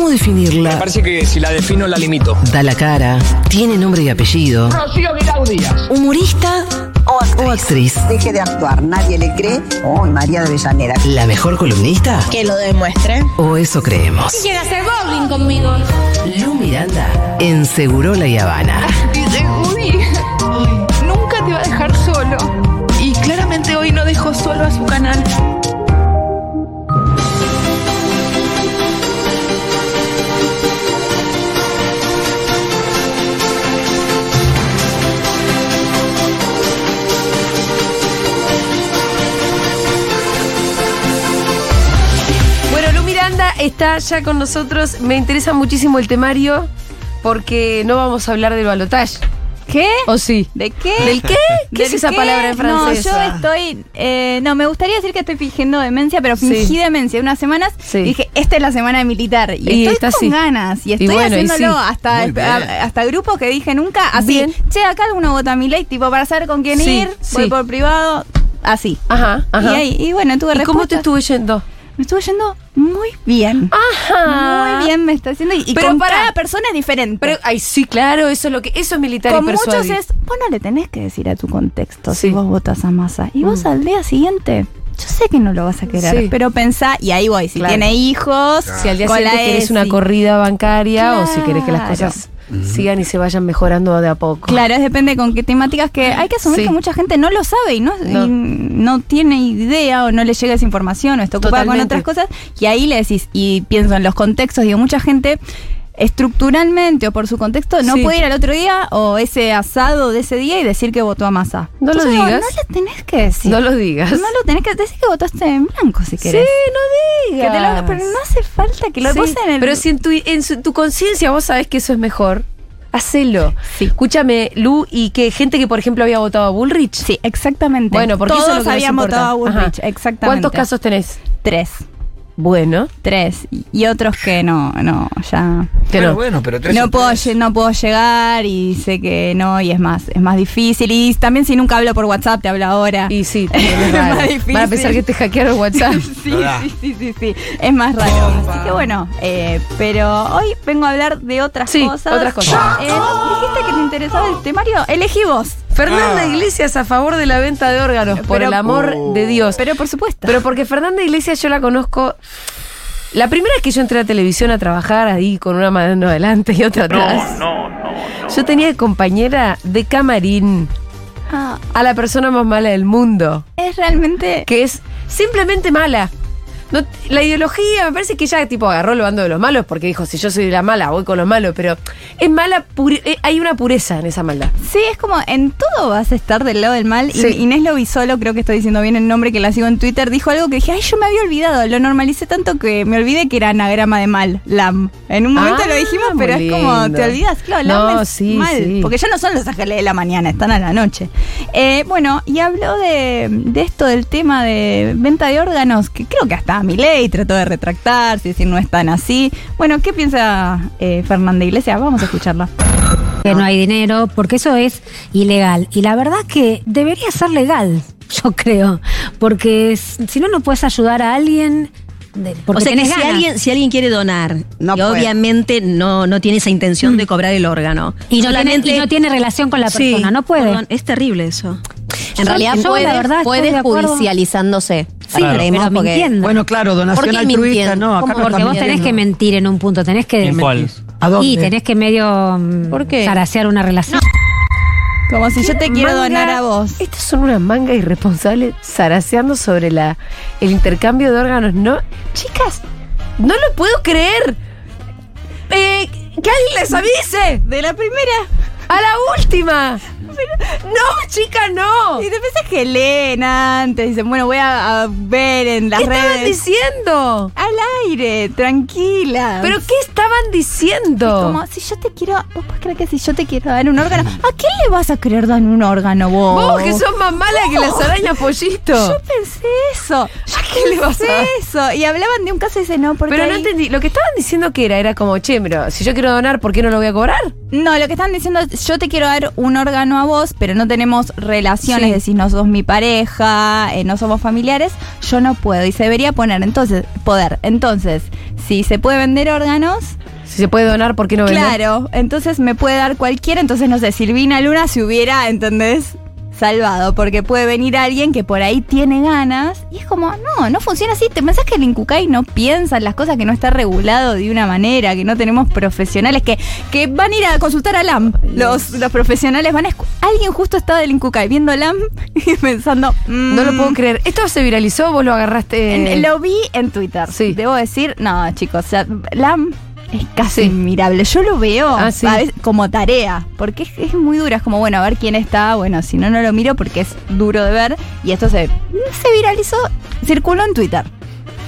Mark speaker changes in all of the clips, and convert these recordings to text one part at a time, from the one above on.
Speaker 1: conocerla,
Speaker 2: Me parece que si la defino, la limito.
Speaker 1: Mm, da la cara, tiene nombre y apellido.
Speaker 2: Rocío Guirao Díaz.
Speaker 1: Humorista
Speaker 3: O
Speaker 1: o
Speaker 3: actriz.
Speaker 1: actriz.
Speaker 3: Deje de actuar, nadie le cree. Oh, María de Avellaneda.
Speaker 1: ¿La mejor columnista?
Speaker 4: Que lo demuestre.
Speaker 1: ¿O eso creemos?
Speaker 5: Quiere hacer bowling conmigo.
Speaker 1: Lu Miranda en Segurola y Habana.
Speaker 6: DJ Woody nunca te va a dejar solo. Y claramente hoy no dejó solo a su canal.
Speaker 7: Bueno, Lu Miranda está ya con nosotros. Me interesa muchísimo el temario porque no vamos a hablar del balotaje.
Speaker 8: ¿Qué?
Speaker 7: ¿O sí?
Speaker 8: ¿De qué?
Speaker 7: ¿Del qué? ¿Qué es
Speaker 8: ¿Del
Speaker 7: esa
Speaker 8: qué?
Speaker 7: palabra en francés?
Speaker 8: No, yo estoy. eh, no, me gustaría decir que estoy fingiendo demencia, pero
Speaker 7: Sí.
Speaker 8: fingí demencia unas semanas.
Speaker 7: Sí.
Speaker 8: Y dije, esta es la semana de militar. Y,
Speaker 7: Y
Speaker 8: estoy
Speaker 7: está
Speaker 8: con
Speaker 7: así.
Speaker 8: ganas. Y estoy
Speaker 7: bueno, y
Speaker 8: haciéndolo
Speaker 7: sí.
Speaker 8: hasta,
Speaker 2: Muy bien.
Speaker 8: a- hasta grupos que dije nunca. Así.
Speaker 7: Bien.
Speaker 8: Che, acá alguno vota a mi ley, tipo, para saber con quién
Speaker 7: Sí,
Speaker 8: ir.
Speaker 7: sí.
Speaker 8: Voy por privado. Así.
Speaker 7: Ajá, ajá.
Speaker 8: Y, ahí- y bueno, tuve
Speaker 7: ¿Y cómo te
Speaker 8: respuestas.
Speaker 7: estuvo yendo?
Speaker 8: Me estuvo yendo muy bien.
Speaker 7: Ajá.
Speaker 8: Muy bien me está haciendo. Y, y
Speaker 7: Pero
Speaker 8: con
Speaker 7: pará.
Speaker 8: cada persona es diferente.
Speaker 7: Pero, ay, sí, claro, eso es lo que eso es militar
Speaker 8: Con
Speaker 7: y
Speaker 8: muchos
Speaker 7: persuadir.
Speaker 8: es, vos no le tenés que decir a tu contexto
Speaker 7: Sí. Mm.
Speaker 8: si vos votas a masa. Y vos al día siguiente, yo sé que no lo vas a querer,
Speaker 7: Sí.
Speaker 8: pero pensá, y ahí voy, si
Speaker 7: Claro.
Speaker 8: tiene hijos,
Speaker 7: Ah. Si al día
Speaker 8: con la
Speaker 7: siguiente querés una
Speaker 8: ESI.
Speaker 7: corrida bancaria o si querés que las
Speaker 8: Claro.
Speaker 7: cosas sigan y se vayan mejorando de a poco.
Speaker 8: Claro, es depende con qué temáticas que hay que asumir
Speaker 7: Sí.
Speaker 8: que mucha gente no lo sabe y no, y
Speaker 7: No.
Speaker 8: no. tiene idea o no le llega esa información o está ocupada
Speaker 7: Totalmente.
Speaker 8: con otras cosas y ahí le decís y pienso en los contextos, digo, mucha gente estructuralmente o por su contexto no
Speaker 7: Sí.
Speaker 8: puede ir al otro día o ese asado de ese día y decir que votó a masa.
Speaker 7: No lo digas.
Speaker 8: No le tenés que decir.
Speaker 7: No lo digas.
Speaker 8: No lo tenés que decir que votaste en blanco si
Speaker 7: Sí,
Speaker 8: querés.
Speaker 7: no
Speaker 8: Que
Speaker 7: digas.
Speaker 8: te lo, pero no hace falta que lo
Speaker 7: Sí,
Speaker 8: puse en el
Speaker 7: Pero si en tu, en su- tu conciencia vos sabés que eso es mejor, hacelo.
Speaker 8: Sí.
Speaker 7: Escúchame, Lu, y que gente que, por ejemplo, había votado a Bullrich.
Speaker 8: Sí, exactamente.
Speaker 7: Bueno, porque
Speaker 8: todos
Speaker 7: eso es lo que nos
Speaker 8: habían
Speaker 7: importa.
Speaker 8: votado a Bullrich,
Speaker 7: Ajá.
Speaker 8: exactamente.
Speaker 7: ¿Cuántos casos tenés?
Speaker 8: Tres.
Speaker 7: Bueno,
Speaker 8: Tres. Y- Y otros que no, no, ya.
Speaker 7: que
Speaker 2: Pero
Speaker 7: no.
Speaker 2: bueno, pero tres
Speaker 8: No
Speaker 2: son
Speaker 8: puedo,
Speaker 2: tres.
Speaker 8: lle- no puedo llegar y sé que no, y es más, es más difícil. Y también si nunca hablo por WhatsApp, te hablo ahora.
Speaker 7: Y sí, también es raro.
Speaker 8: Más difícil.
Speaker 7: Van a pensar que te hackearon WhatsApp.
Speaker 8: Sí,
Speaker 2: No da.
Speaker 8: sí, sí, sí, sí. Es más raro. Así que bueno, eh, pero hoy vengo a hablar de otras
Speaker 7: Sí,
Speaker 8: cosas.
Speaker 7: otras cosas.
Speaker 8: Eh, dijiste que te interesaba el temario. Elegí vos.
Speaker 7: Fernanda
Speaker 2: Ah.
Speaker 7: Iglesias a favor de la venta de órganos, por
Speaker 8: Eh, Pero-
Speaker 7: el amor
Speaker 2: Uh.
Speaker 7: de Dios.
Speaker 8: Pero por supuesto.
Speaker 7: Pero porque Fernanda Iglesias yo la conozco. La primera vez que yo entré a televisión a trabajar ahí con una mano adelante y otra atrás. Yo tenía de compañera de camarín
Speaker 8: Ah,
Speaker 7: a la persona más mala del mundo,
Speaker 8: es realmente.
Speaker 7: que es simplemente mala. No- la ideología me parece que ella tipo agarró el bando de los malos porque dijo, si yo soy la mala, voy con los malos, pero es mala, pure- eh, hay una pureza en esa maldad.
Speaker 8: Sí, es como en todo vas a estar del lado del mal.
Speaker 7: Sí.
Speaker 8: Y Inés Lobisolo, creo que estoy diciendo bien el nombre que la sigo en Twitter, dijo algo que dije, ay, yo me había olvidado, lo normalicé tanto que me olvidé que era anagrama de mal, LAM. En un momento
Speaker 7: Ah,
Speaker 8: lo dijimos,
Speaker 7: muy
Speaker 8: pero es como,
Speaker 7: lindo.
Speaker 8: te olvidas, claro, LAM
Speaker 7: No,
Speaker 8: es
Speaker 7: sí,
Speaker 8: mal,
Speaker 7: sí.
Speaker 8: porque ya no son los ángeles de la mañana, están a la noche. Eh, bueno, y habló de, de esto, del tema de venta de órganos, que creo que hasta Milei trató de retractarse, decir no es tan así. Bueno, ¿qué piensa eh, Fernanda Iglesias? Vamos a escucharla.
Speaker 9: que no hay dinero, porque eso es ilegal. Y la verdad que debería ser legal, yo creo, porque s- si no, no puedes ayudar a alguien. de- porque
Speaker 4: o sea, que
Speaker 9: tenés
Speaker 4: si
Speaker 9: ganas.
Speaker 4: alguien, si alguien quiere donar,
Speaker 3: No
Speaker 4: y
Speaker 3: puede.
Speaker 4: obviamente no, no tiene esa intención de cobrar el órgano.
Speaker 9: Mm. y, no tiene,
Speaker 4: Solamente-
Speaker 9: y no tiene relación con la
Speaker 4: Sí,
Speaker 9: persona, no puede.
Speaker 4: perdón, es terrible eso.
Speaker 9: Yo-
Speaker 10: En realidad
Speaker 9: yo, la
Speaker 10: puede,
Speaker 9: verdad, estoy de
Speaker 10: puede
Speaker 9: acuerdo.
Speaker 10: judicializándose.
Speaker 9: Sí,
Speaker 10: Creemos
Speaker 9: pero
Speaker 10: porque-
Speaker 9: mintiendo.
Speaker 11: Bueno, claro,
Speaker 10: ¿Por
Speaker 11: donación
Speaker 10: qué
Speaker 11: altruista,
Speaker 10: mintiendo?
Speaker 11: no, acá
Speaker 10: ¿Cómo?
Speaker 11: no
Speaker 9: porque
Speaker 11: estamos
Speaker 9: vos tenés que
Speaker 11: mintiendo.
Speaker 9: mentir en un punto, tenés que...
Speaker 2: ¿En cuál?
Speaker 11: ¿A dónde?
Speaker 9: Y tenés que medio... mm,
Speaker 10: ¿Por qué?
Speaker 9: Zarasear una relación.
Speaker 8: Como si yo te quiero
Speaker 7: Manga-
Speaker 8: donar a vos.
Speaker 7: Estas son unas mangas irresponsables zaraseando sobre la, el intercambio de órganos. No, chicas, no lo puedo creer. Eh, que alguien les avise.
Speaker 8: De la primera.
Speaker 7: A la última. no, chica, no.
Speaker 8: Y te pensás que leen antes, dicen, bueno, voy a, a ver en las
Speaker 7: ¿Qué estaban
Speaker 8: redes.
Speaker 7: diciendo?
Speaker 8: Al aire, tranquila.
Speaker 7: ¿Pero qué estaban
Speaker 8: Es
Speaker 7: diciendo?
Speaker 8: como, si yo te quiero, vos podés creer que si yo te quiero dar un órgano, ¿a quién le vas a querer dar un órgano vos?
Speaker 7: Vos que sos más mala que las arañas pollito.
Speaker 8: Yo pensé eso. Yo
Speaker 7: qué le vas a
Speaker 8: pensé
Speaker 7: dar?
Speaker 8: eso. Y hablaban de un caso y dicen, no, porque.
Speaker 7: Pero no
Speaker 8: ahí-
Speaker 7: entendí. Lo que estaban diciendo que era, era como, che, pero si yo quiero donar, ¿por qué no lo voy a cobrar?
Speaker 8: No, lo que están diciendo es, yo te quiero dar un órgano a vos, pero no tenemos relaciones,
Speaker 7: Sí.
Speaker 8: decís, no sos mi pareja, eh, no somos familiares, yo no puedo. Y se debería poner entonces, poder. Entonces, si se puede vender órganos,
Speaker 7: Si se puede donar, ¿por qué no vender?
Speaker 8: Claro, entonces me puede dar cualquiera, entonces no sé, Silvina Luna se hubiera, ¿entendés? Salvado, porque puede venir alguien que por ahí tiene ganas y es como, no, no funciona así. ¿Te pensás que el Incucay no piensa en las cosas que no está regulado de una manera, que no tenemos profesionales, que, que van a ir a consultar a LAM? Los, los profesionales van a. escu- Alguien justo estaba del Incucay viendo LAM y pensando,
Speaker 7: No lo
Speaker 8: mm,
Speaker 7: puedo creer. Esto se viralizó, vos lo agarraste.
Speaker 8: en- lo vi en Twitter.
Speaker 7: Eh, Sí.
Speaker 8: Debo decir, no, chicos, o sea, LAM es casi
Speaker 7: Sí.
Speaker 8: inmirable. Yo lo veo
Speaker 7: Ah, sí.
Speaker 8: a veces como tarea, porque es, es muy dura. Es como, bueno, a ver quién está. Bueno, si no, no lo miro porque es duro de ver. Y esto se, se viralizó, circuló en Twitter.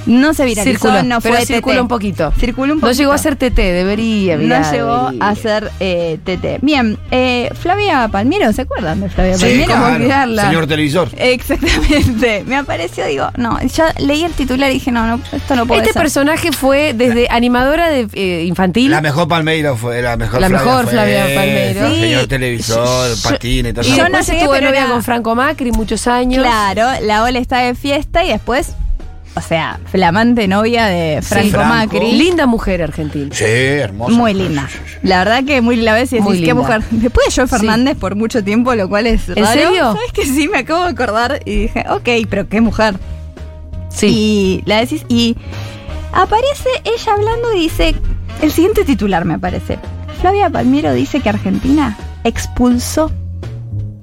Speaker 8: No se viralizó,
Speaker 7: circuló,
Speaker 8: no fue
Speaker 7: pero
Speaker 8: TT.
Speaker 7: circuló un poquito.
Speaker 8: Circuló un
Speaker 7: No llegó a
Speaker 8: poquito.
Speaker 7: ser TT, debería, mirá,
Speaker 8: no llegó
Speaker 7: debería.
Speaker 8: a ser eh, TT. Bien, eh, Flavia Palmiero, ¿se acuerdan de Flavia
Speaker 5: Sí,
Speaker 8: Palmiero?
Speaker 5: claro.
Speaker 7: olvidarla.
Speaker 5: Señor televisor.
Speaker 8: Exactamente. Me apareció, digo, no, ya leí el titular y dije, no, no esto no puede
Speaker 7: Este
Speaker 8: ser.
Speaker 7: personaje fue desde animadora de, eh, infantil.
Speaker 5: La mejor Palmeiro fue, la mejor
Speaker 7: La
Speaker 5: Flavia
Speaker 7: mejor
Speaker 5: fue
Speaker 7: Flavia
Speaker 5: esa,
Speaker 7: Palmeiro.
Speaker 5: Señor
Speaker 8: Sí.
Speaker 5: televisor,
Speaker 8: Yo-
Speaker 5: patines, todo
Speaker 7: y
Speaker 8: yo
Speaker 5: eso.
Speaker 8: no
Speaker 7: después
Speaker 8: llegué,
Speaker 7: estuvo de
Speaker 8: pero
Speaker 7: novia
Speaker 8: era-
Speaker 7: con Franco Macri muchos años.
Speaker 8: Claro, la ola está de fiesta y después, o sea, flamante novia de
Speaker 7: Sí.
Speaker 8: Franco
Speaker 5: Franco.
Speaker 8: Macri.
Speaker 7: Linda mujer argentina.
Speaker 5: Sí, hermoso.
Speaker 8: Muy linda. La verdad que muy la vez y
Speaker 7: Muy
Speaker 8: decís, qué
Speaker 7: linda.
Speaker 8: mujer. Después de Joe Fernández por mucho tiempo, lo cual es
Speaker 7: ¿En
Speaker 8: raro.
Speaker 7: serio?
Speaker 8: ¿Sabes que sí? Me acabo de acordar y dije, ok, pero qué mujer.
Speaker 7: Sí.
Speaker 8: Y la decís, y aparece ella hablando y dice, el siguiente titular me aparece. Flavia Palmiero dice que Argentina expulsó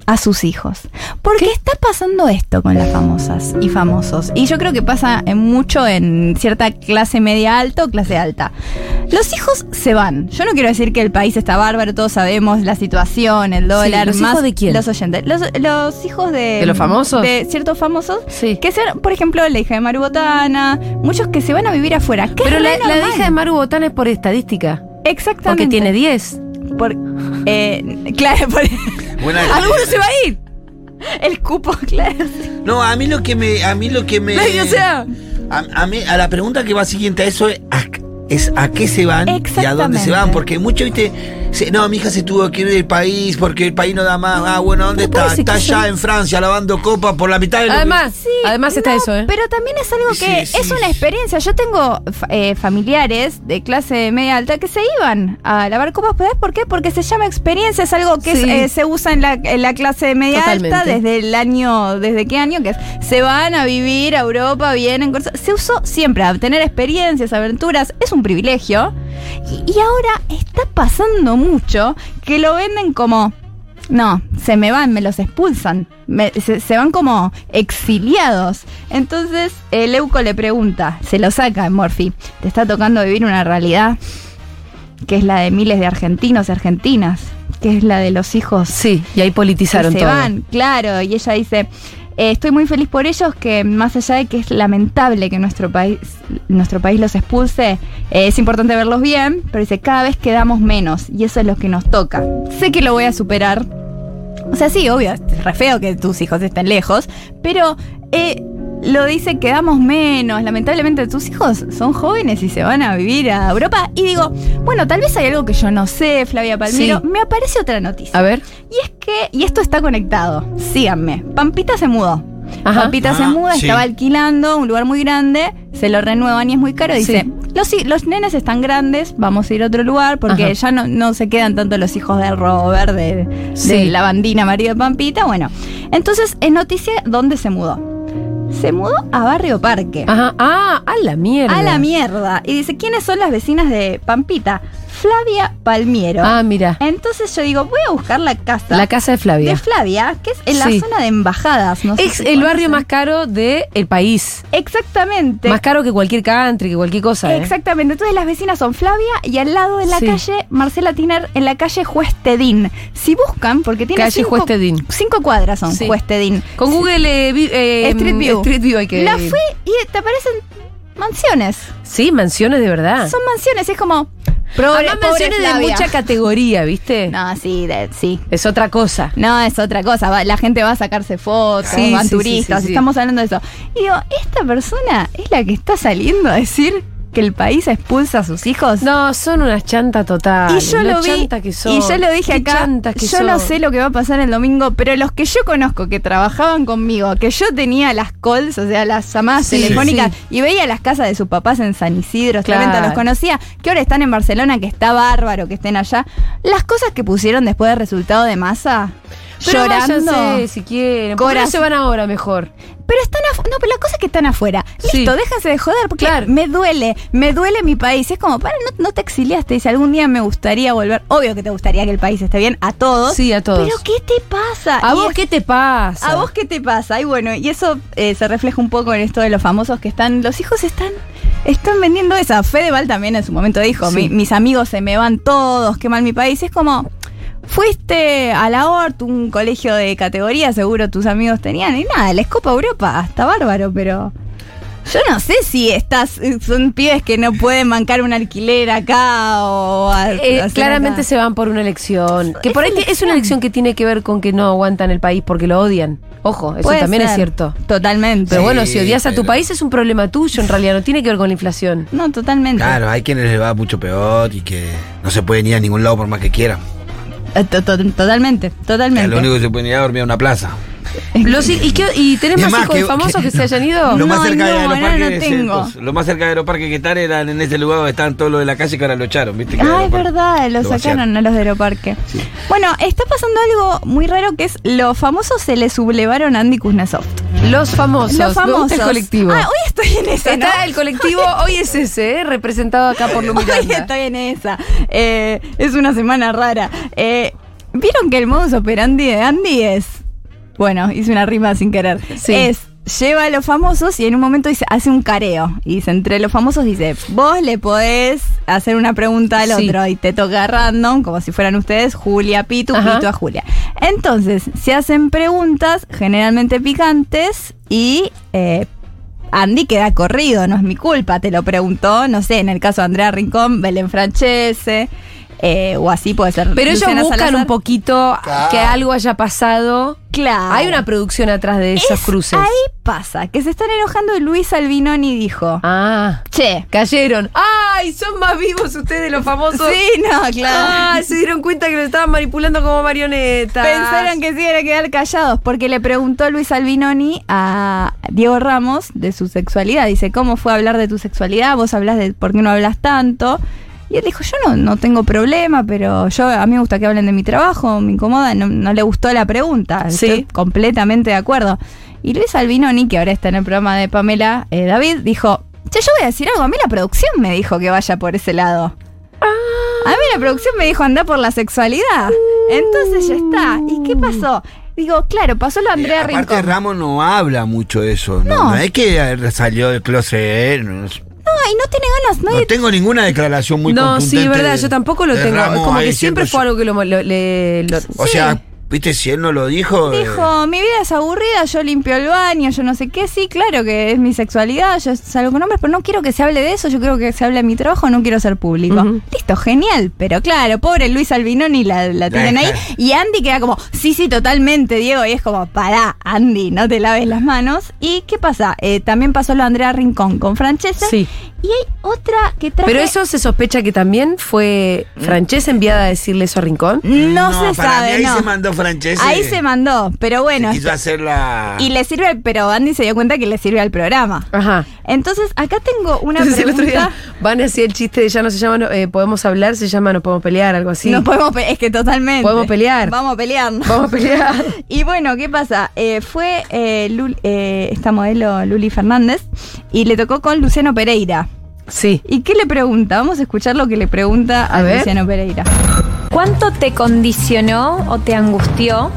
Speaker 8: a sus hijos. Porque está pasando esto con las famosas y famosos. Y yo creo que pasa en mucho en cierta clase media alta o clase alta. Los hijos se van. Yo no quiero decir que el país está bárbaro, todos sabemos la situación, el dólar,
Speaker 7: ¿los
Speaker 8: más
Speaker 7: hijos de quién?
Speaker 8: los oyentes. Los, los hijos de...
Speaker 7: ¿De los famosos?
Speaker 8: De ciertos famosos.
Speaker 7: Sí.
Speaker 8: Que sean, por ejemplo, la hija de Maru Botana, muchos que se van a vivir afuera. que es
Speaker 7: Pero la,
Speaker 8: re
Speaker 7: la
Speaker 8: normal.
Speaker 7: hija de Maru Botán es por estadística.
Speaker 8: Exactamente.
Speaker 7: Porque tiene 10.
Speaker 8: Por- eh, claro, por-
Speaker 5: Buena-
Speaker 7: Alguno se va a ir.
Speaker 8: el cupo, claro.
Speaker 5: No, a mí lo que me. A mí lo que me.
Speaker 7: Ay, o sea.
Speaker 5: A, a mí, a la pregunta que va siguiente a eso es a, es a qué se van y a dónde se van.
Speaker 8: Exactamente.
Speaker 5: Porque mucho, viste, se- no, mi hija se tuvo que ir del país porque el país no da más. Ah, bueno, ¿dónde
Speaker 7: Pero
Speaker 5: está?
Speaker 7: parece
Speaker 5: Está
Speaker 7: que
Speaker 5: allá
Speaker 7: son-
Speaker 5: en Francia lavando copa por la mitad del
Speaker 7: Además, además está
Speaker 8: No,
Speaker 7: eso, ¿eh?
Speaker 8: Pero también es algo que
Speaker 5: Sí, sí.
Speaker 8: es una experiencia. Yo tengo fa- eh, familiares de clase media alta que se iban a lavar copas. ¿Sabes por qué? Porque se llama experiencia. Es algo que es,
Speaker 7: Sí.
Speaker 8: eh, se usa en la, en la clase media alta
Speaker 7: Totalmente.
Speaker 8: desde el año. ¿Desde qué año? Que es, se van a vivir a Europa, vienen. cosas- Se usó siempre a obtener experiencias, aventuras. Es un privilegio. Y, y ahora está pasando mucho que lo venden como. No, se me van, me los expulsan. Me- se, se van como exiliados. Entonces, el Euco le pregunta, se lo saca en Morphy, te está tocando vivir una realidad que es la de miles de argentinos y argentinas, que es la de los hijos
Speaker 7: Sí, y ahí politizaron
Speaker 8: que se
Speaker 7: todo.
Speaker 8: van, claro. Y ella dice, eh, estoy muy feliz por ellos, que más allá de que es lamentable que nuestro país, nuestro país los expulse, eh, es importante verlos bien, pero dice, cada vez quedamos menos y eso es lo que nos toca. Sé que lo voy a superar. O sea, sí, obvio, es re feo que tus hijos estén lejos, pero eh, lo dice, quedamos menos. Lamentablemente tus hijos son jóvenes y se van a vivir a Europa. Y digo, bueno, tal vez hay algo que yo no sé, Flavia Palmiro.
Speaker 7: Sí.
Speaker 8: Me aparece otra noticia.
Speaker 7: A ver.
Speaker 8: Y es que, y esto está conectado, síganme. Pampita se mudó.
Speaker 7: Ajá.
Speaker 8: Pampita se
Speaker 5: Ah,
Speaker 8: muda,
Speaker 5: sí.
Speaker 8: estaba alquilando un lugar muy grande, se lo renuevan y es muy caro. Dice, los, hi- los nenes están grandes, vamos a ir a otro lugar porque
Speaker 7: Ajá.
Speaker 8: ya no, no se quedan tanto los hijos de Robert, de, de
Speaker 7: Sí.
Speaker 8: la bandina marido de Pampita. Bueno, entonces es noticia dónde se mudó. Se mudó a Barrio Parque.
Speaker 7: Ajá. Ah, a la mierda.
Speaker 8: A la mierda. Y dice, ¿quiénes son las vecinas de Pampita? Flavia Palmiero.
Speaker 7: Ah, mira.
Speaker 8: Entonces yo digo, voy a buscar la casa.
Speaker 7: La casa de Flavia.
Speaker 8: De Flavia, que es en
Speaker 7: Sí.
Speaker 8: la zona de embajadas. No sé
Speaker 7: es
Speaker 8: si
Speaker 7: el barrio
Speaker 8: conocen.
Speaker 7: más caro del país.
Speaker 8: Exactamente.
Speaker 7: Más caro que cualquier country, que cualquier cosa. ¿eh?
Speaker 8: Exactamente. Entonces las vecinas son Flavia y al lado de la
Speaker 7: Sí.
Speaker 8: calle Marcela Tiner, en la calle Juez Tedín. Si buscan, porque tiene
Speaker 7: Calle
Speaker 8: cinco,
Speaker 7: Juez Tedín.
Speaker 8: cinco cuadras son
Speaker 7: Sí.
Speaker 8: Juez Tedín.
Speaker 7: Con Google eh, vi- eh,
Speaker 8: Street View.
Speaker 7: Street View hay que
Speaker 8: La fui y te aparecen mansiones.
Speaker 7: Sí, mansiones de verdad.
Speaker 8: Son mansiones, es como...
Speaker 7: Además,
Speaker 8: pobre
Speaker 7: Ah. mansiones de
Speaker 8: Flavia.
Speaker 7: mucha categoría, ¿viste?
Speaker 8: No, sí, de- sí.
Speaker 7: Es otra cosa.
Speaker 8: No, es otra cosa. va- la gente va a sacarse fotos,
Speaker 7: Sí,
Speaker 8: van
Speaker 7: sí, sí,
Speaker 8: turistas,
Speaker 7: sí, sí.
Speaker 8: estamos hablando de eso. Y digo, esta persona es la que está saliendo a decir que el país expulsa a sus hijos?
Speaker 7: No, son unas chanta total.
Speaker 8: Y yo
Speaker 7: Una
Speaker 8: lo vi,
Speaker 7: chanta que sos.
Speaker 8: y yo lo dije
Speaker 7: Qué
Speaker 8: acá,
Speaker 7: chantas que
Speaker 8: yo no
Speaker 7: sos.
Speaker 8: sé lo que va a pasar el domingo, pero los que yo conozco que trabajaban conmigo, que yo tenía las calls, o sea, las llamadas
Speaker 7: Sí,
Speaker 8: telefónicas,
Speaker 7: sí.
Speaker 8: y veía las casas de sus papás en San Isidro, solamente
Speaker 7: Claro.
Speaker 8: los conocía, que ahora están en Barcelona, que está bárbaro que estén allá, las cosas que pusieron después del resultado de masa,
Speaker 7: Pero
Speaker 8: llorando.
Speaker 7: váyanse, si quieren. ¿Por qué no
Speaker 8: Corazón.
Speaker 7: se van ahora mejor?
Speaker 8: Pero están afuera. No, pero la cosa es que están afuera.
Speaker 7: Sí.
Speaker 8: Listo, déjense de joder, porque
Speaker 7: Claro.
Speaker 8: me duele, me duele mi país. Es como, para, no, no te exiliaste. Dice, algún día me gustaría volver. Obvio que te gustaría que el país esté bien, a todos.
Speaker 7: Sí, a todos.
Speaker 8: Pero ¿qué te pasa?
Speaker 7: ¿A
Speaker 8: Y
Speaker 7: vos
Speaker 8: es-
Speaker 7: qué te pasa?
Speaker 8: ¿A vos qué te pasa? Y bueno, y eso eh, se refleja un poco en esto de los famosos que están. Los hijos están. Están vendiendo esa. Fedeval también en su momento dijo:
Speaker 7: Sí.
Speaker 8: "Mi- mis amigos se me van todos, qué mal mi país. Es como. Fuiste a la ORT, un colegio de categoría, seguro tus amigos tenían. Y nada, la Copa Europa, está bárbaro, pero. Yo no sé si estás. Son pibes que no pueden bancar un alquiler acá o. a-
Speaker 7: Eh,
Speaker 8: hacer
Speaker 7: claramente
Speaker 8: acá.
Speaker 7: se van por una elección. Que por ahí te- es una elección que tiene que ver con que no aguantan el país porque lo odian. Ojo, eso
Speaker 8: Puede
Speaker 7: también es
Speaker 8: ser.
Speaker 7: cierto.
Speaker 8: Totalmente.
Speaker 7: Pero bueno, si odias a tu
Speaker 5: pero-
Speaker 7: país es un problema tuyo, en realidad no tiene que ver con la inflación.
Speaker 8: No, totalmente.
Speaker 5: Claro, hay quienes les va mucho peor y que no se pueden ir a ningún lado por más que quieran.
Speaker 8: Eh, to- to- Totalmente,
Speaker 5: Que
Speaker 8: totalmente.
Speaker 5: lo único que se pueden ir a dormir a una plaza.
Speaker 7: Los hi- ¿y, qué- y tenés
Speaker 5: Es
Speaker 7: más
Speaker 5: más,
Speaker 7: hijos de
Speaker 5: que-
Speaker 7: famosos que,
Speaker 5: que-
Speaker 7: se hayan ido?
Speaker 5: Lo más
Speaker 8: No,
Speaker 5: cerca
Speaker 8: no,
Speaker 5: de
Speaker 8: ahora
Speaker 5: aeroparque
Speaker 8: no
Speaker 5: es el-
Speaker 8: tengo.
Speaker 5: lo más cerca de aeroparque que están eran en ese lugar donde estaban todos los de la calle que ahora lo echaron, ¿viste? Que
Speaker 8: Ah, es
Speaker 5: aeroparque-
Speaker 8: verdad, lo
Speaker 5: vaciaron.
Speaker 8: sacaron a los de Aeroparque. Bueno, está pasando algo muy raro que es los famosos se le sublevaron a Andy Kuznetsov.
Speaker 7: Los famosos.
Speaker 8: Los
Speaker 7: Me
Speaker 8: famosos.
Speaker 7: gusta el colectivo.
Speaker 8: Ah, hoy estoy en esa. ¿no?
Speaker 7: Está el colectivo, hoy es ese, eh, representado acá por Lu
Speaker 8: Hoy
Speaker 7: Miranda.
Speaker 8: estoy en esa. Eh, es una semana rara. Eh, ¿Vieron que el modus operandi de Andy es. Bueno, hice una rima sin querer.
Speaker 7: Sí.
Speaker 8: Es. Lleva a los famosos y en un momento dice, hace un careo. Y dice, entre los famosos dice, vos le podés hacer una pregunta al
Speaker 7: Sí.
Speaker 8: otro y te toca random, como si fueran ustedes, Julia, Pitu,
Speaker 7: Ajá.
Speaker 8: Pitu a Julia. Entonces, se hacen preguntas generalmente picantes y eh, Andy queda corrido, no es mi culpa, te lo preguntó, no sé, en el caso de Andrea Rincón, Belén Francese, eh, o así puede ser.
Speaker 7: Pero ellos
Speaker 8: Luciana
Speaker 7: buscan
Speaker 8: Salazar.
Speaker 7: un poquito que algo haya pasado.
Speaker 8: Claro.
Speaker 7: Hay una producción atrás de esos
Speaker 8: Ah. Es-
Speaker 7: cruces.
Speaker 8: Ahí pasa, que se están enojando y Luis Albinoni dijo.
Speaker 7: Ah,
Speaker 8: Che.
Speaker 7: cayeron. ¡Ay! Son más vivos ustedes, los famosos.
Speaker 8: Sí, no, claro.
Speaker 7: Ah, se dieron cuenta que lo estaban manipulando como marionetas.
Speaker 8: Pensaron que se iban a quedar callados porque le preguntó Luis Albinoni a Diego Ramos de su sexualidad. Dice, ¿cómo fue hablar de tu sexualidad? Vos hablas de por qué no hablas tanto. Y él dijo, yo no, no tengo problema, pero yo a mí me gusta que hablen de mi trabajo, me incomoda, no, no le gustó la pregunta. Estoy
Speaker 7: Sí.
Speaker 8: completamente de acuerdo. Y Luis Albinoni, que ahora está en el programa de Pamela eh, David, dijo, che, yo voy a decir algo, a mí la producción me dijo que vaya por ese lado. A mí la producción me dijo anda por la sexualidad.
Speaker 7: Uh.
Speaker 8: Entonces ya está. ¿Y qué pasó? Digo, claro, pasó lo de Andrea
Speaker 5: Eh, aparte
Speaker 8: Rincón.
Speaker 5: Ramos no habla mucho de eso. No,
Speaker 8: No.
Speaker 5: no es que salió del closet. eh, No, es-
Speaker 8: No, y no tiene ganas, no,
Speaker 5: no tengo ninguna declaración muy
Speaker 7: no,
Speaker 5: contundente.
Speaker 7: sí, es verdad,
Speaker 5: de-
Speaker 7: yo tampoco lo
Speaker 5: de
Speaker 7: tengo.
Speaker 5: Ramos
Speaker 7: como
Speaker 5: ahí
Speaker 7: que siempre
Speaker 5: diciendo
Speaker 7: fue algo que lo. lo- le- lo-
Speaker 5: O sea, viste, si él no lo dijo. eh,
Speaker 8: Dijo, mi vida es aburrida, yo limpio el baño, yo no sé qué, sí, claro que es mi sexualidad, yo salgo con hombres, pero no quiero que se hable de eso, yo quiero que se hable de mi trabajo, no quiero ser público.
Speaker 7: Ujú.
Speaker 8: Listo, genial, pero claro, pobre Luis Albinoni la, la tienen ahí.
Speaker 5: claro.
Speaker 8: Y Andy queda como, sí, sí, totalmente, Diego, y es como, pará, Andy, no te laves las manos. ¿Y qué pasa? Eh, también pasó lo de Andrea Rincón con Francesa.
Speaker 7: Sí.
Speaker 8: Y hay otra que trae.
Speaker 7: Pero eso se sospecha que también fue Francesa enviada a decirle eso a Rincón.
Speaker 8: No,
Speaker 5: para
Speaker 8: se
Speaker 5: mí
Speaker 8: sabe.
Speaker 5: ahí
Speaker 8: no.
Speaker 5: se mandó Francese.
Speaker 8: Ahí se mandó, pero bueno.
Speaker 5: Quiso Ah. hacer la.
Speaker 8: Y le sirve, pero Andy se dio cuenta que le sirve al programa.
Speaker 7: Ajá.
Speaker 8: Entonces, acá tengo una
Speaker 7: Entonces el
Speaker 8: pregunta.
Speaker 7: otro día van hacía el chiste de ya no se llama, no, eh, podemos hablar, se llama, no podemos pelear, algo así.
Speaker 8: No podemos pe- es que totalmente.
Speaker 7: Podemos pelear.
Speaker 8: Vamos a pelear. ¿no?
Speaker 7: Vamos a pelear.
Speaker 8: Y bueno, ¿qué pasa? Eh, fue eh, Lul- eh, esta modelo Luli Fernández y le tocó con Luciano Pereira.
Speaker 7: Sí.
Speaker 8: ¿Y qué le pregunta? Vamos a escuchar lo que le pregunta a,
Speaker 7: A ver.
Speaker 8: Luciano Pereira.
Speaker 10: ¿Cuánto te condicionó o te angustió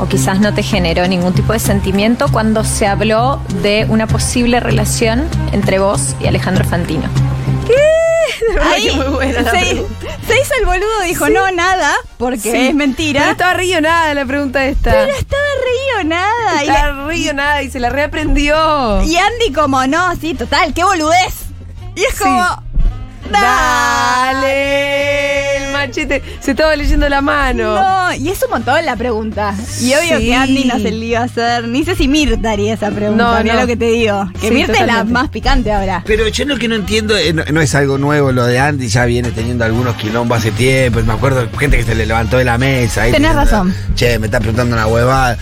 Speaker 10: o quizás no te generó ningún tipo de sentimiento cuando se habló de una posible relación entre vos y Alejandro Fantino?
Speaker 8: Ahí se, se hizo el boludo, dijo no, nada, porque
Speaker 7: Sí.
Speaker 8: es mentira.
Speaker 7: Pero estaba rillonada la pregunta esta.
Speaker 8: Pero estaba rillonada. y-
Speaker 7: estaba rillonada y se la reaprendió.
Speaker 8: Y Andy como, no, sí, total, qué boludez. Y es como, dale.
Speaker 7: Dale, el machete, se estaba leyendo la mano.
Speaker 8: No, y es un montón la pregunta. Y obvio
Speaker 7: Sí.
Speaker 8: que Andy no se le iba a hacer. Ni sé si Mirta haría esa pregunta.
Speaker 7: No,
Speaker 8: No,
Speaker 7: no.
Speaker 8: lo que te digo. Que
Speaker 7: Sí,
Speaker 8: Mirta es la
Speaker 7: totalmente.
Speaker 8: más picante ahora.
Speaker 5: Pero yo lo que no entiendo, eh, no, no es algo nuevo lo de Andy, ya viene teniendo algunos quilombos hace tiempo, me acuerdo gente que se le levantó de la mesa. ahí
Speaker 8: Tenés
Speaker 5: teniendo-
Speaker 8: razón.
Speaker 5: Che, me está preguntando una huevada.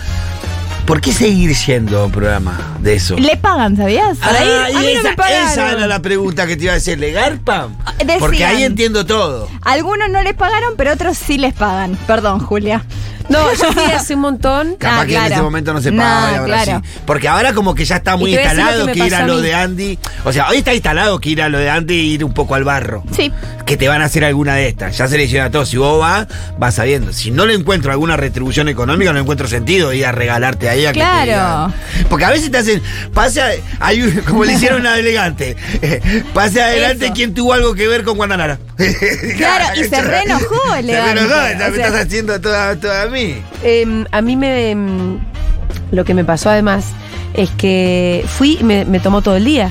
Speaker 5: ¿Por qué seguir yendo a un programa de eso?
Speaker 8: Le pagan, ¿sabías?
Speaker 5: Ah,
Speaker 8: Ahí-
Speaker 5: y
Speaker 8: a mí no
Speaker 5: esa,
Speaker 8: me pagaron.
Speaker 5: esa era la pregunta que te iba a decir, ¿le garpan?
Speaker 8: Decían.
Speaker 5: Porque ahí entiendo todo.
Speaker 8: Algunos no les pagaron, pero otros sí les pagan. Perdón, Julia.
Speaker 7: No, yo fui hace un montón.
Speaker 5: Capaz
Speaker 8: Ah,
Speaker 5: que en
Speaker 8: claro.
Speaker 5: ese momento no se
Speaker 8: No,
Speaker 5: pagaba y ahora
Speaker 8: claro.
Speaker 5: sí. Porque ahora como que ya está muy
Speaker 7: Y te voy a decir lo
Speaker 5: instalado
Speaker 7: que
Speaker 5: que,
Speaker 7: me
Speaker 5: ir a
Speaker 7: pasó a
Speaker 5: lo
Speaker 7: mí.
Speaker 5: de Andy. O sea, hoy está instalado que ir a lo de Andy e ir un poco al barro.
Speaker 8: Sí.
Speaker 5: Que te van a hacer alguna de estas. Ya se le hicieron a todos. Si vos vas, vas sabiendo. Si no le encuentro alguna retribución económica, no encuentro sentido ir a regalarte ahí a que te
Speaker 8: Claro.
Speaker 5: digan. Porque a veces te hacen, pase, a- hay un- como le hicieron a elegante, pase adelante
Speaker 8: Eso.
Speaker 5: quien tuvo algo que ver con Guantanara.
Speaker 8: Claro, y se reenojó
Speaker 5: Se
Speaker 8: Elegante.
Speaker 5: reenojó,
Speaker 8: O
Speaker 5: me
Speaker 8: sea-
Speaker 5: estás haciendo toda, toda a mí.
Speaker 7: Em, a mí me. em, lo que me pasó además es que fui y me, me tomó todo el día.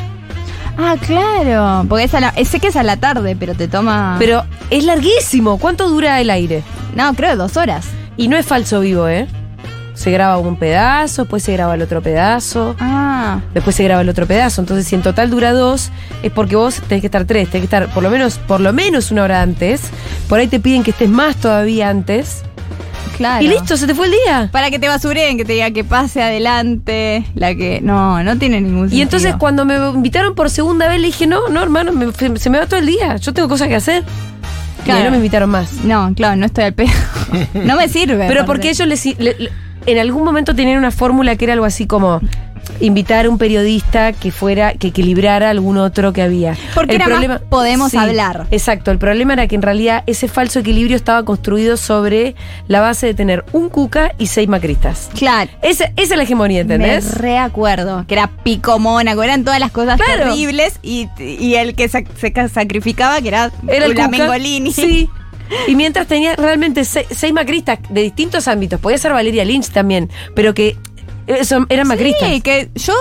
Speaker 8: Ah, claro. Porque es a la- eh, sé que es a la tarde, pero te toma.
Speaker 7: Pero es larguísimo. ¿Cuánto dura el aire?
Speaker 8: no, creo dos horas.
Speaker 7: Y no es falso vivo, ¿eh? Se graba un pedazo, después se graba el otro pedazo,
Speaker 8: Ah.
Speaker 7: después se graba el otro pedazo. Entonces, si en total dura dos, es porque vos tenés que estar tres, tenés que estar por lo menos, por lo menos una hora antes. Por ahí te piden que estés más todavía antes.
Speaker 8: Claro.
Speaker 7: Y listo, se te fue el día.
Speaker 8: Para que te basuren, que te diga que pase adelante, la que. No, no tiene ningún sentido.
Speaker 7: Y entonces cuando me invitaron por segunda vez le dije, no, no, hermano, me- se me va todo el día, yo tengo cosas que hacer. Y ahí
Speaker 8: Claro.
Speaker 7: no me invitaron más.
Speaker 8: No, claro, no estoy al pedo. No me sirve.
Speaker 7: Pero
Speaker 8: aparte.
Speaker 7: porque ellos les, le- le- en algún momento tenían una fórmula que era algo así como invitar a un periodista que fuera que equilibrara algún otro que había.
Speaker 8: Porque era más podemos hablar.
Speaker 7: Exacto, el problema era que en realidad ese falso equilibrio estaba construido sobre la base de tener un cuca y seis macristas.
Speaker 8: Claro.
Speaker 7: Esa, esa es la hegemonía, ¿entendés?
Speaker 8: Me reacuerdo. Que era pico mónaco, eran todas las cosas
Speaker 7: Claro.
Speaker 8: terribles y, y el que sac- se ca- sacrificaba, que era,
Speaker 7: Era el
Speaker 8: la
Speaker 7: Cuca.
Speaker 8: Mengolini.
Speaker 7: Sí. Y mientras tenía realmente se- seis, macristas de distintos ámbitos, podía ser Valeria Lynch también, pero que eh, son- eran macristas.
Speaker 8: Sí, que yo,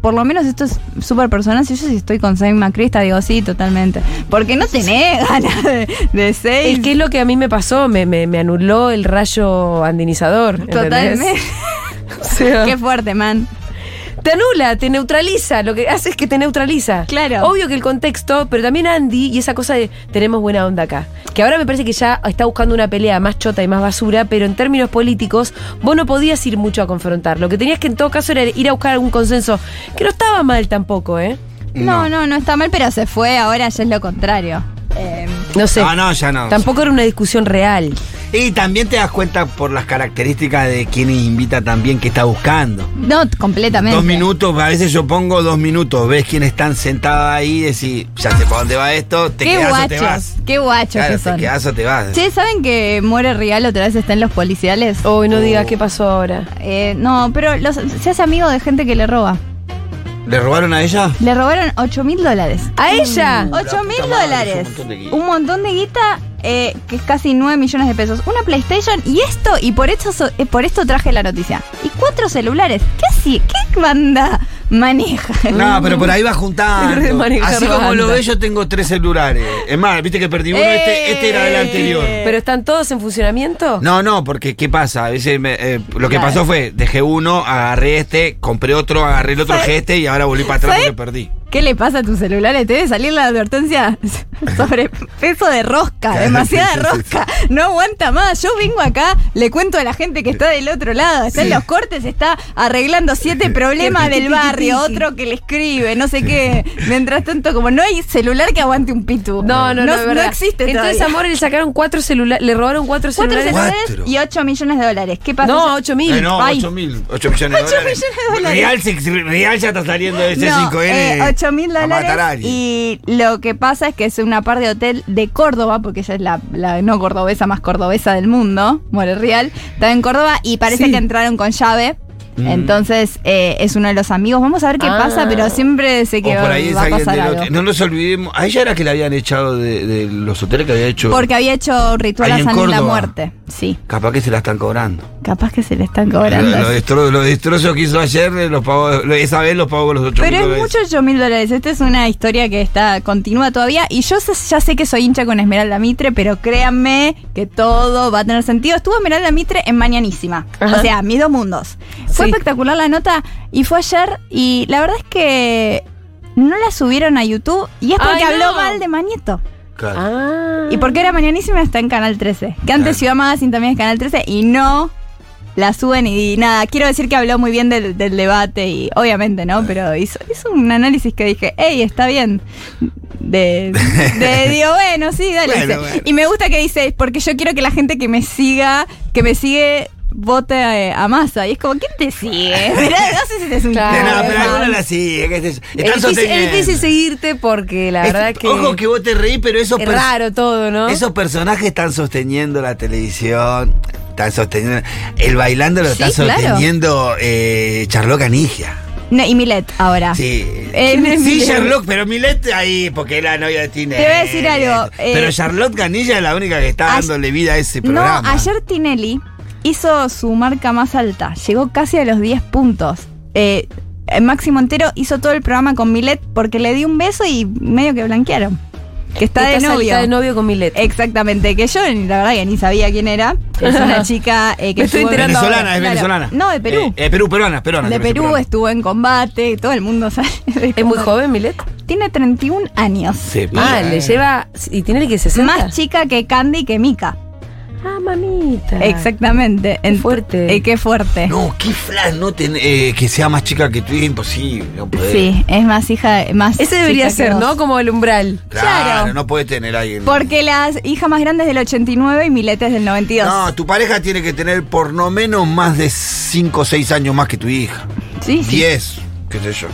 Speaker 8: por lo menos esto es súper personal, si yo sí estoy con Zayn Macrista, digo sí, totalmente. Porque no tenés ganas de, de seis.
Speaker 7: Es que es lo que a mí me pasó, me, me- me anuló el rayo andinizador. ¿entendés?
Speaker 8: Totalmente.
Speaker 7: O sea,
Speaker 8: Qué fuerte, man.
Speaker 7: te anula, te neutraliza, lo que hace es que te neutraliza.
Speaker 8: Claro.
Speaker 7: Obvio que el contexto, pero también Andy y esa cosa de tenemos buena onda acá. Que ahora me parece que ya está buscando una pelea más chota y más basura, pero en términos políticos vos no podías ir mucho a confrontar. Lo que tenías que en todo caso era ir a buscar algún consenso, que no estaba mal tampoco, ¿eh?
Speaker 8: No, no, no está mal, pero se fue, ahora ya es lo contrario. Eh,
Speaker 7: No sé.
Speaker 5: No, no, ya no.
Speaker 7: Tampoco era una discusión real.
Speaker 5: Y también te das cuenta por las características de quien invita también, que está buscando.
Speaker 8: no, completamente.
Speaker 5: Dos minutos, a veces yo pongo dos minutos, ves quién están sentados ahí y decís, ya sé para dónde va esto, te
Speaker 8: Qué
Speaker 5: quedas o
Speaker 8: guachos,
Speaker 5: te vas.
Speaker 8: qué guachos
Speaker 5: Claro,
Speaker 8: que
Speaker 5: te
Speaker 8: son.
Speaker 5: quedas o te vas.
Speaker 8: Che, ¿saben que More Rial otra vez está en los policiales?
Speaker 5: Oh.
Speaker 7: Hoy no digas qué pasó ahora.
Speaker 8: Eh, no, pero los- se hace amigo de gente que le roba.
Speaker 5: ¿Le robaron a ella?
Speaker 8: Le robaron 8 mil dólares.
Speaker 7: ¡A ella!
Speaker 8: 8 mil
Speaker 5: puta madre,
Speaker 8: dólares.
Speaker 5: es un montón de guita.
Speaker 8: Un montón de guita, eh, que es casi 9 millones de pesos. Una PlayStation y esto, y por esto, so- eh, por esto traje la noticia. Y cuatro celulares. ¿Qué así? ¿Qué banda maneja?
Speaker 5: No, pero por ahí va juntando.
Speaker 7: Remanejar
Speaker 5: Así como lo
Speaker 7: banda.
Speaker 5: ve, yo tengo tres celulares. Es más, viste que perdí uno, este, este era el
Speaker 8: ¡Eh!
Speaker 5: anterior.
Speaker 7: ¿Pero están todos en funcionamiento?
Speaker 5: No, no, porque ¿qué pasa? A veces me- eh, lo que
Speaker 8: Oh. Claro.
Speaker 5: pasó fue, dejé uno, agarré este, compré otro, agarré el otro, dejé este y ahora volví para atrás
Speaker 8: ¿Sabes?
Speaker 5: porque perdí.
Speaker 8: ¿Qué le pasa a tus celulares? Te debe salir la advertencia sobre peso de rosca,
Speaker 5: Claro,
Speaker 8: demasiada
Speaker 5: sí, sí,
Speaker 8: rosca. No aguanta más. Yo vengo acá, le cuento a la gente que está del otro lado, está en los cortes, está arreglando siete problemas del barrio, otro que le escribe, no sé qué. Mientras tanto, como no hay celular que aguante un pitu.
Speaker 7: No, no, no, es
Speaker 8: No,
Speaker 7: verdad.
Speaker 8: existe
Speaker 7: Entonces
Speaker 8: todavía.
Speaker 7: a More le sacaron cuatro celulares, le robaron cuatro
Speaker 8: Cuatro
Speaker 7: celulares.
Speaker 8: celulares
Speaker 5: Cuatro.
Speaker 8: y ocho millones de dólares. ¿Qué pasa?
Speaker 7: No, ocho mil.
Speaker 5: Eh, no,
Speaker 8: Ay.
Speaker 5: 8 mil. 8 millones de
Speaker 8: Ocho
Speaker 5: dólares.
Speaker 8: millones de dólares.
Speaker 5: Real, se- real ya está saliendo de ese
Speaker 8: No,
Speaker 5: 5N.
Speaker 8: eh, 8 mil
Speaker 5: a matar a
Speaker 8: dólares.
Speaker 5: alguien.
Speaker 8: Y lo que pasa es que es una par de hotel de Córdoba, porque ella es la, la no cordobesa más cordobesa del mundo, More Real. Está en Córdoba y parece que entraron con llave.
Speaker 5: Mm.
Speaker 8: Entonces eh, es uno de los amigos. Vamos a ver qué
Speaker 7: Ah.
Speaker 8: pasa, pero siempre sé que
Speaker 5: O
Speaker 8: va,
Speaker 5: por ahí es
Speaker 8: va a
Speaker 5: alguien
Speaker 8: pasar
Speaker 5: del
Speaker 8: algo.
Speaker 5: hotel. No nos olvidemos. A ella era que la habían echado de, de los hoteles que había hecho.
Speaker 8: Porque había hecho ritual
Speaker 5: Ahí
Speaker 8: a
Speaker 5: en
Speaker 8: San y la
Speaker 5: Córdoba.
Speaker 8: muerte. Sí,
Speaker 5: Capaz que se la están cobrando.
Speaker 8: capaz que se le están cobrando.
Speaker 5: Lo, lo destro- lo destrozo que hizo ayer, eh, los pagó, lo- esa vez los pagó los ocho
Speaker 8: Pero
Speaker 5: mil
Speaker 8: es
Speaker 5: dólares.
Speaker 8: mucho ocho mil dólares. Esta es una historia que está continúa todavía. Y yo sé- ya sé que soy hincha con Esmeralda Mitre, pero créanme que todo va a tener sentido. Estuvo Esmeralda Mitre en Mañanísima. O sea, mis dos mundos. Fue
Speaker 7: Sí.
Speaker 8: espectacular la nota y fue ayer. Y la verdad es que no la subieron a YouTube. Y es porque
Speaker 7: Ay, no.
Speaker 8: habló mal de Mañeto.
Speaker 5: Claro.
Speaker 7: Ah.
Speaker 8: Y porque era Mañanísima está en Canal 13. Que antes
Speaker 5: Claro.
Speaker 8: Ciudad Magazine también es Canal 13. Y no la suben y, y nada. Quiero decir que habló muy bien del, del debate y obviamente, ¿no? Pero hizo, hizo un análisis que dije, hey, está bien. De, de- digo, bueno, sí, dale.
Speaker 5: Bueno,
Speaker 8: dice.
Speaker 5: bueno.
Speaker 8: Y me gusta que dice, porque yo quiero que la gente que me siga, que me sigue, vote eh, a, a Massa. Y es como, ¿quién te sigue? Mirá, no sé si te es un
Speaker 7: Claro.
Speaker 5: No, no,
Speaker 8: tema.
Speaker 5: pero alguna la sigue. ¿qué es eso?
Speaker 7: Es
Speaker 5: Están
Speaker 7: difícil, es
Speaker 5: sosteniendo.
Speaker 7: difícil seguirte porque la
Speaker 5: Es-
Speaker 7: verdad que.
Speaker 5: Ojo que vos te reí, pero esos
Speaker 7: es
Speaker 5: pers-
Speaker 7: raro todo, ¿no?
Speaker 5: Esos personajes están sosteniendo la televisión, están sosteniendo. El bailando lo
Speaker 8: Sí,
Speaker 5: está
Speaker 8: claro.
Speaker 5: sosteniendo eh, Charlotte Canigia.
Speaker 8: No, y Milet ahora.
Speaker 5: Sí.
Speaker 8: ¿Quién es
Speaker 5: sí,
Speaker 8: Milet?
Speaker 5: Charlotte, pero Milet ahí, porque era novia de Tine.
Speaker 8: Te voy a decir algo, eh,
Speaker 5: pero Charlotte Canilla es la única que está
Speaker 8: Ay-
Speaker 5: dándole vida a ese este programa.
Speaker 8: No, ayer Tinelli hizo su marca más alta. Llegó casi a los 10 puntos. Eh, eh, Máximo Entero hizo todo el programa con Milet porque le di un beso y medio que blanquearon. Que está de
Speaker 7: salida
Speaker 8: novio.
Speaker 7: de novio Eh, con Milet.
Speaker 8: Exactamente, que yo ni- la verdad que ni sabía quién era. Es una chica eh, que
Speaker 7: Me estoy
Speaker 8: estuvo en-
Speaker 7: enterando
Speaker 5: Venezolana,
Speaker 7: ahora,
Speaker 5: es venezolana.
Speaker 8: No, de Perú.
Speaker 5: Eh, eh, Perú, peruana, peruana.
Speaker 8: de
Speaker 5: creo que es
Speaker 8: Perú
Speaker 5: peruana.
Speaker 8: estuvo en combate, todo el mundo sabe. de
Speaker 7: ¿Es muy
Speaker 8: combate.
Speaker 7: joven Milet?
Speaker 8: Tiene 31 años.
Speaker 5: Sí,
Speaker 7: Ah,
Speaker 5: eh.
Speaker 7: le lleva. ¿Y tiene que 60?
Speaker 8: Más chica que Candy y que Mika.
Speaker 7: Ah, mamita.
Speaker 8: Exactamente.
Speaker 7: Qué
Speaker 8: Ent-
Speaker 7: fuerte.
Speaker 8: eh, qué fuerte.
Speaker 5: No, qué flash, no ten- eh, que sea más chica que tú, es imposible. No podés.
Speaker 8: Sí, es más hija, más.
Speaker 7: Eh, Ese debería
Speaker 8: chica que
Speaker 7: ser,
Speaker 8: vos.
Speaker 7: ¿no? Como el umbral.
Speaker 5: Claro,
Speaker 8: claro.
Speaker 5: no puedes tener a alguien.
Speaker 8: Porque las hijas más grandes del 89 y Milete es del 92.
Speaker 5: No, tu pareja tiene que tener por no menos más de 5 o 6 años más que tu hija.
Speaker 8: sí, sí.
Speaker 5: 10, qué sé yo.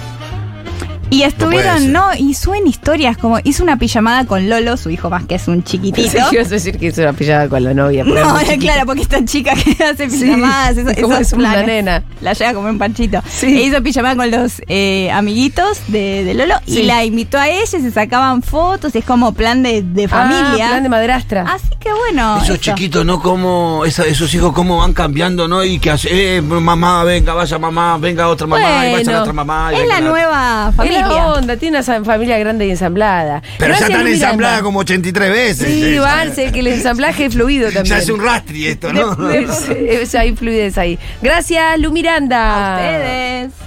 Speaker 8: Y
Speaker 5: ser.
Speaker 8: estuvieron, no, y suben historias como hizo una pijamada con Lolo, su hijo más que es un chiquitito.
Speaker 7: Pensé que ibas a decir que hizo una pillada con la novia. pero era
Speaker 8: No,
Speaker 7: muy
Speaker 8: era
Speaker 7: chiquita.
Speaker 8: claro, porque esta chica que hace pijamadas, eso-
Speaker 7: como
Speaker 8: esos
Speaker 7: es una
Speaker 8: planes.
Speaker 7: nena.
Speaker 8: La lleva como un panchito.
Speaker 7: Sí.
Speaker 8: E hizo pijamada con los eh, amiguitos de, de Lolo
Speaker 7: Sí.
Speaker 8: y la invitó a ella, y se sacaban fotos, y es como plan de, de familia.
Speaker 7: Ah, plan de madrastra.
Speaker 8: Así que bueno.
Speaker 5: esos
Speaker 8: Ah, eso.
Speaker 5: chiquitos, ¿no? Como esos hijos, cómo van cambiando, ¿no? Y que hace, eh, mamá, venga, vaya mamá, venga otra mamá, y vaya
Speaker 7: Bueno,
Speaker 5: la otra mamá. y
Speaker 8: Es
Speaker 5: venga
Speaker 8: la nueva
Speaker 7: Es la
Speaker 8: familia.
Speaker 7: onda, tiene una sa- familia grande y ensamblada.
Speaker 5: Pero
Speaker 7: Gracias,
Speaker 5: ya están
Speaker 7: Lu Miranda.
Speaker 5: ensambladas como 83 veces.
Speaker 7: Sí,
Speaker 5: eh,
Speaker 7: Barce, que el ensamblaje es fluido
Speaker 5: ya,
Speaker 7: también.
Speaker 5: es un rastri esto, ¿no?
Speaker 7: Es- es- hay fluidez ahí. Gracias, Lu Miranda.
Speaker 8: ustedes.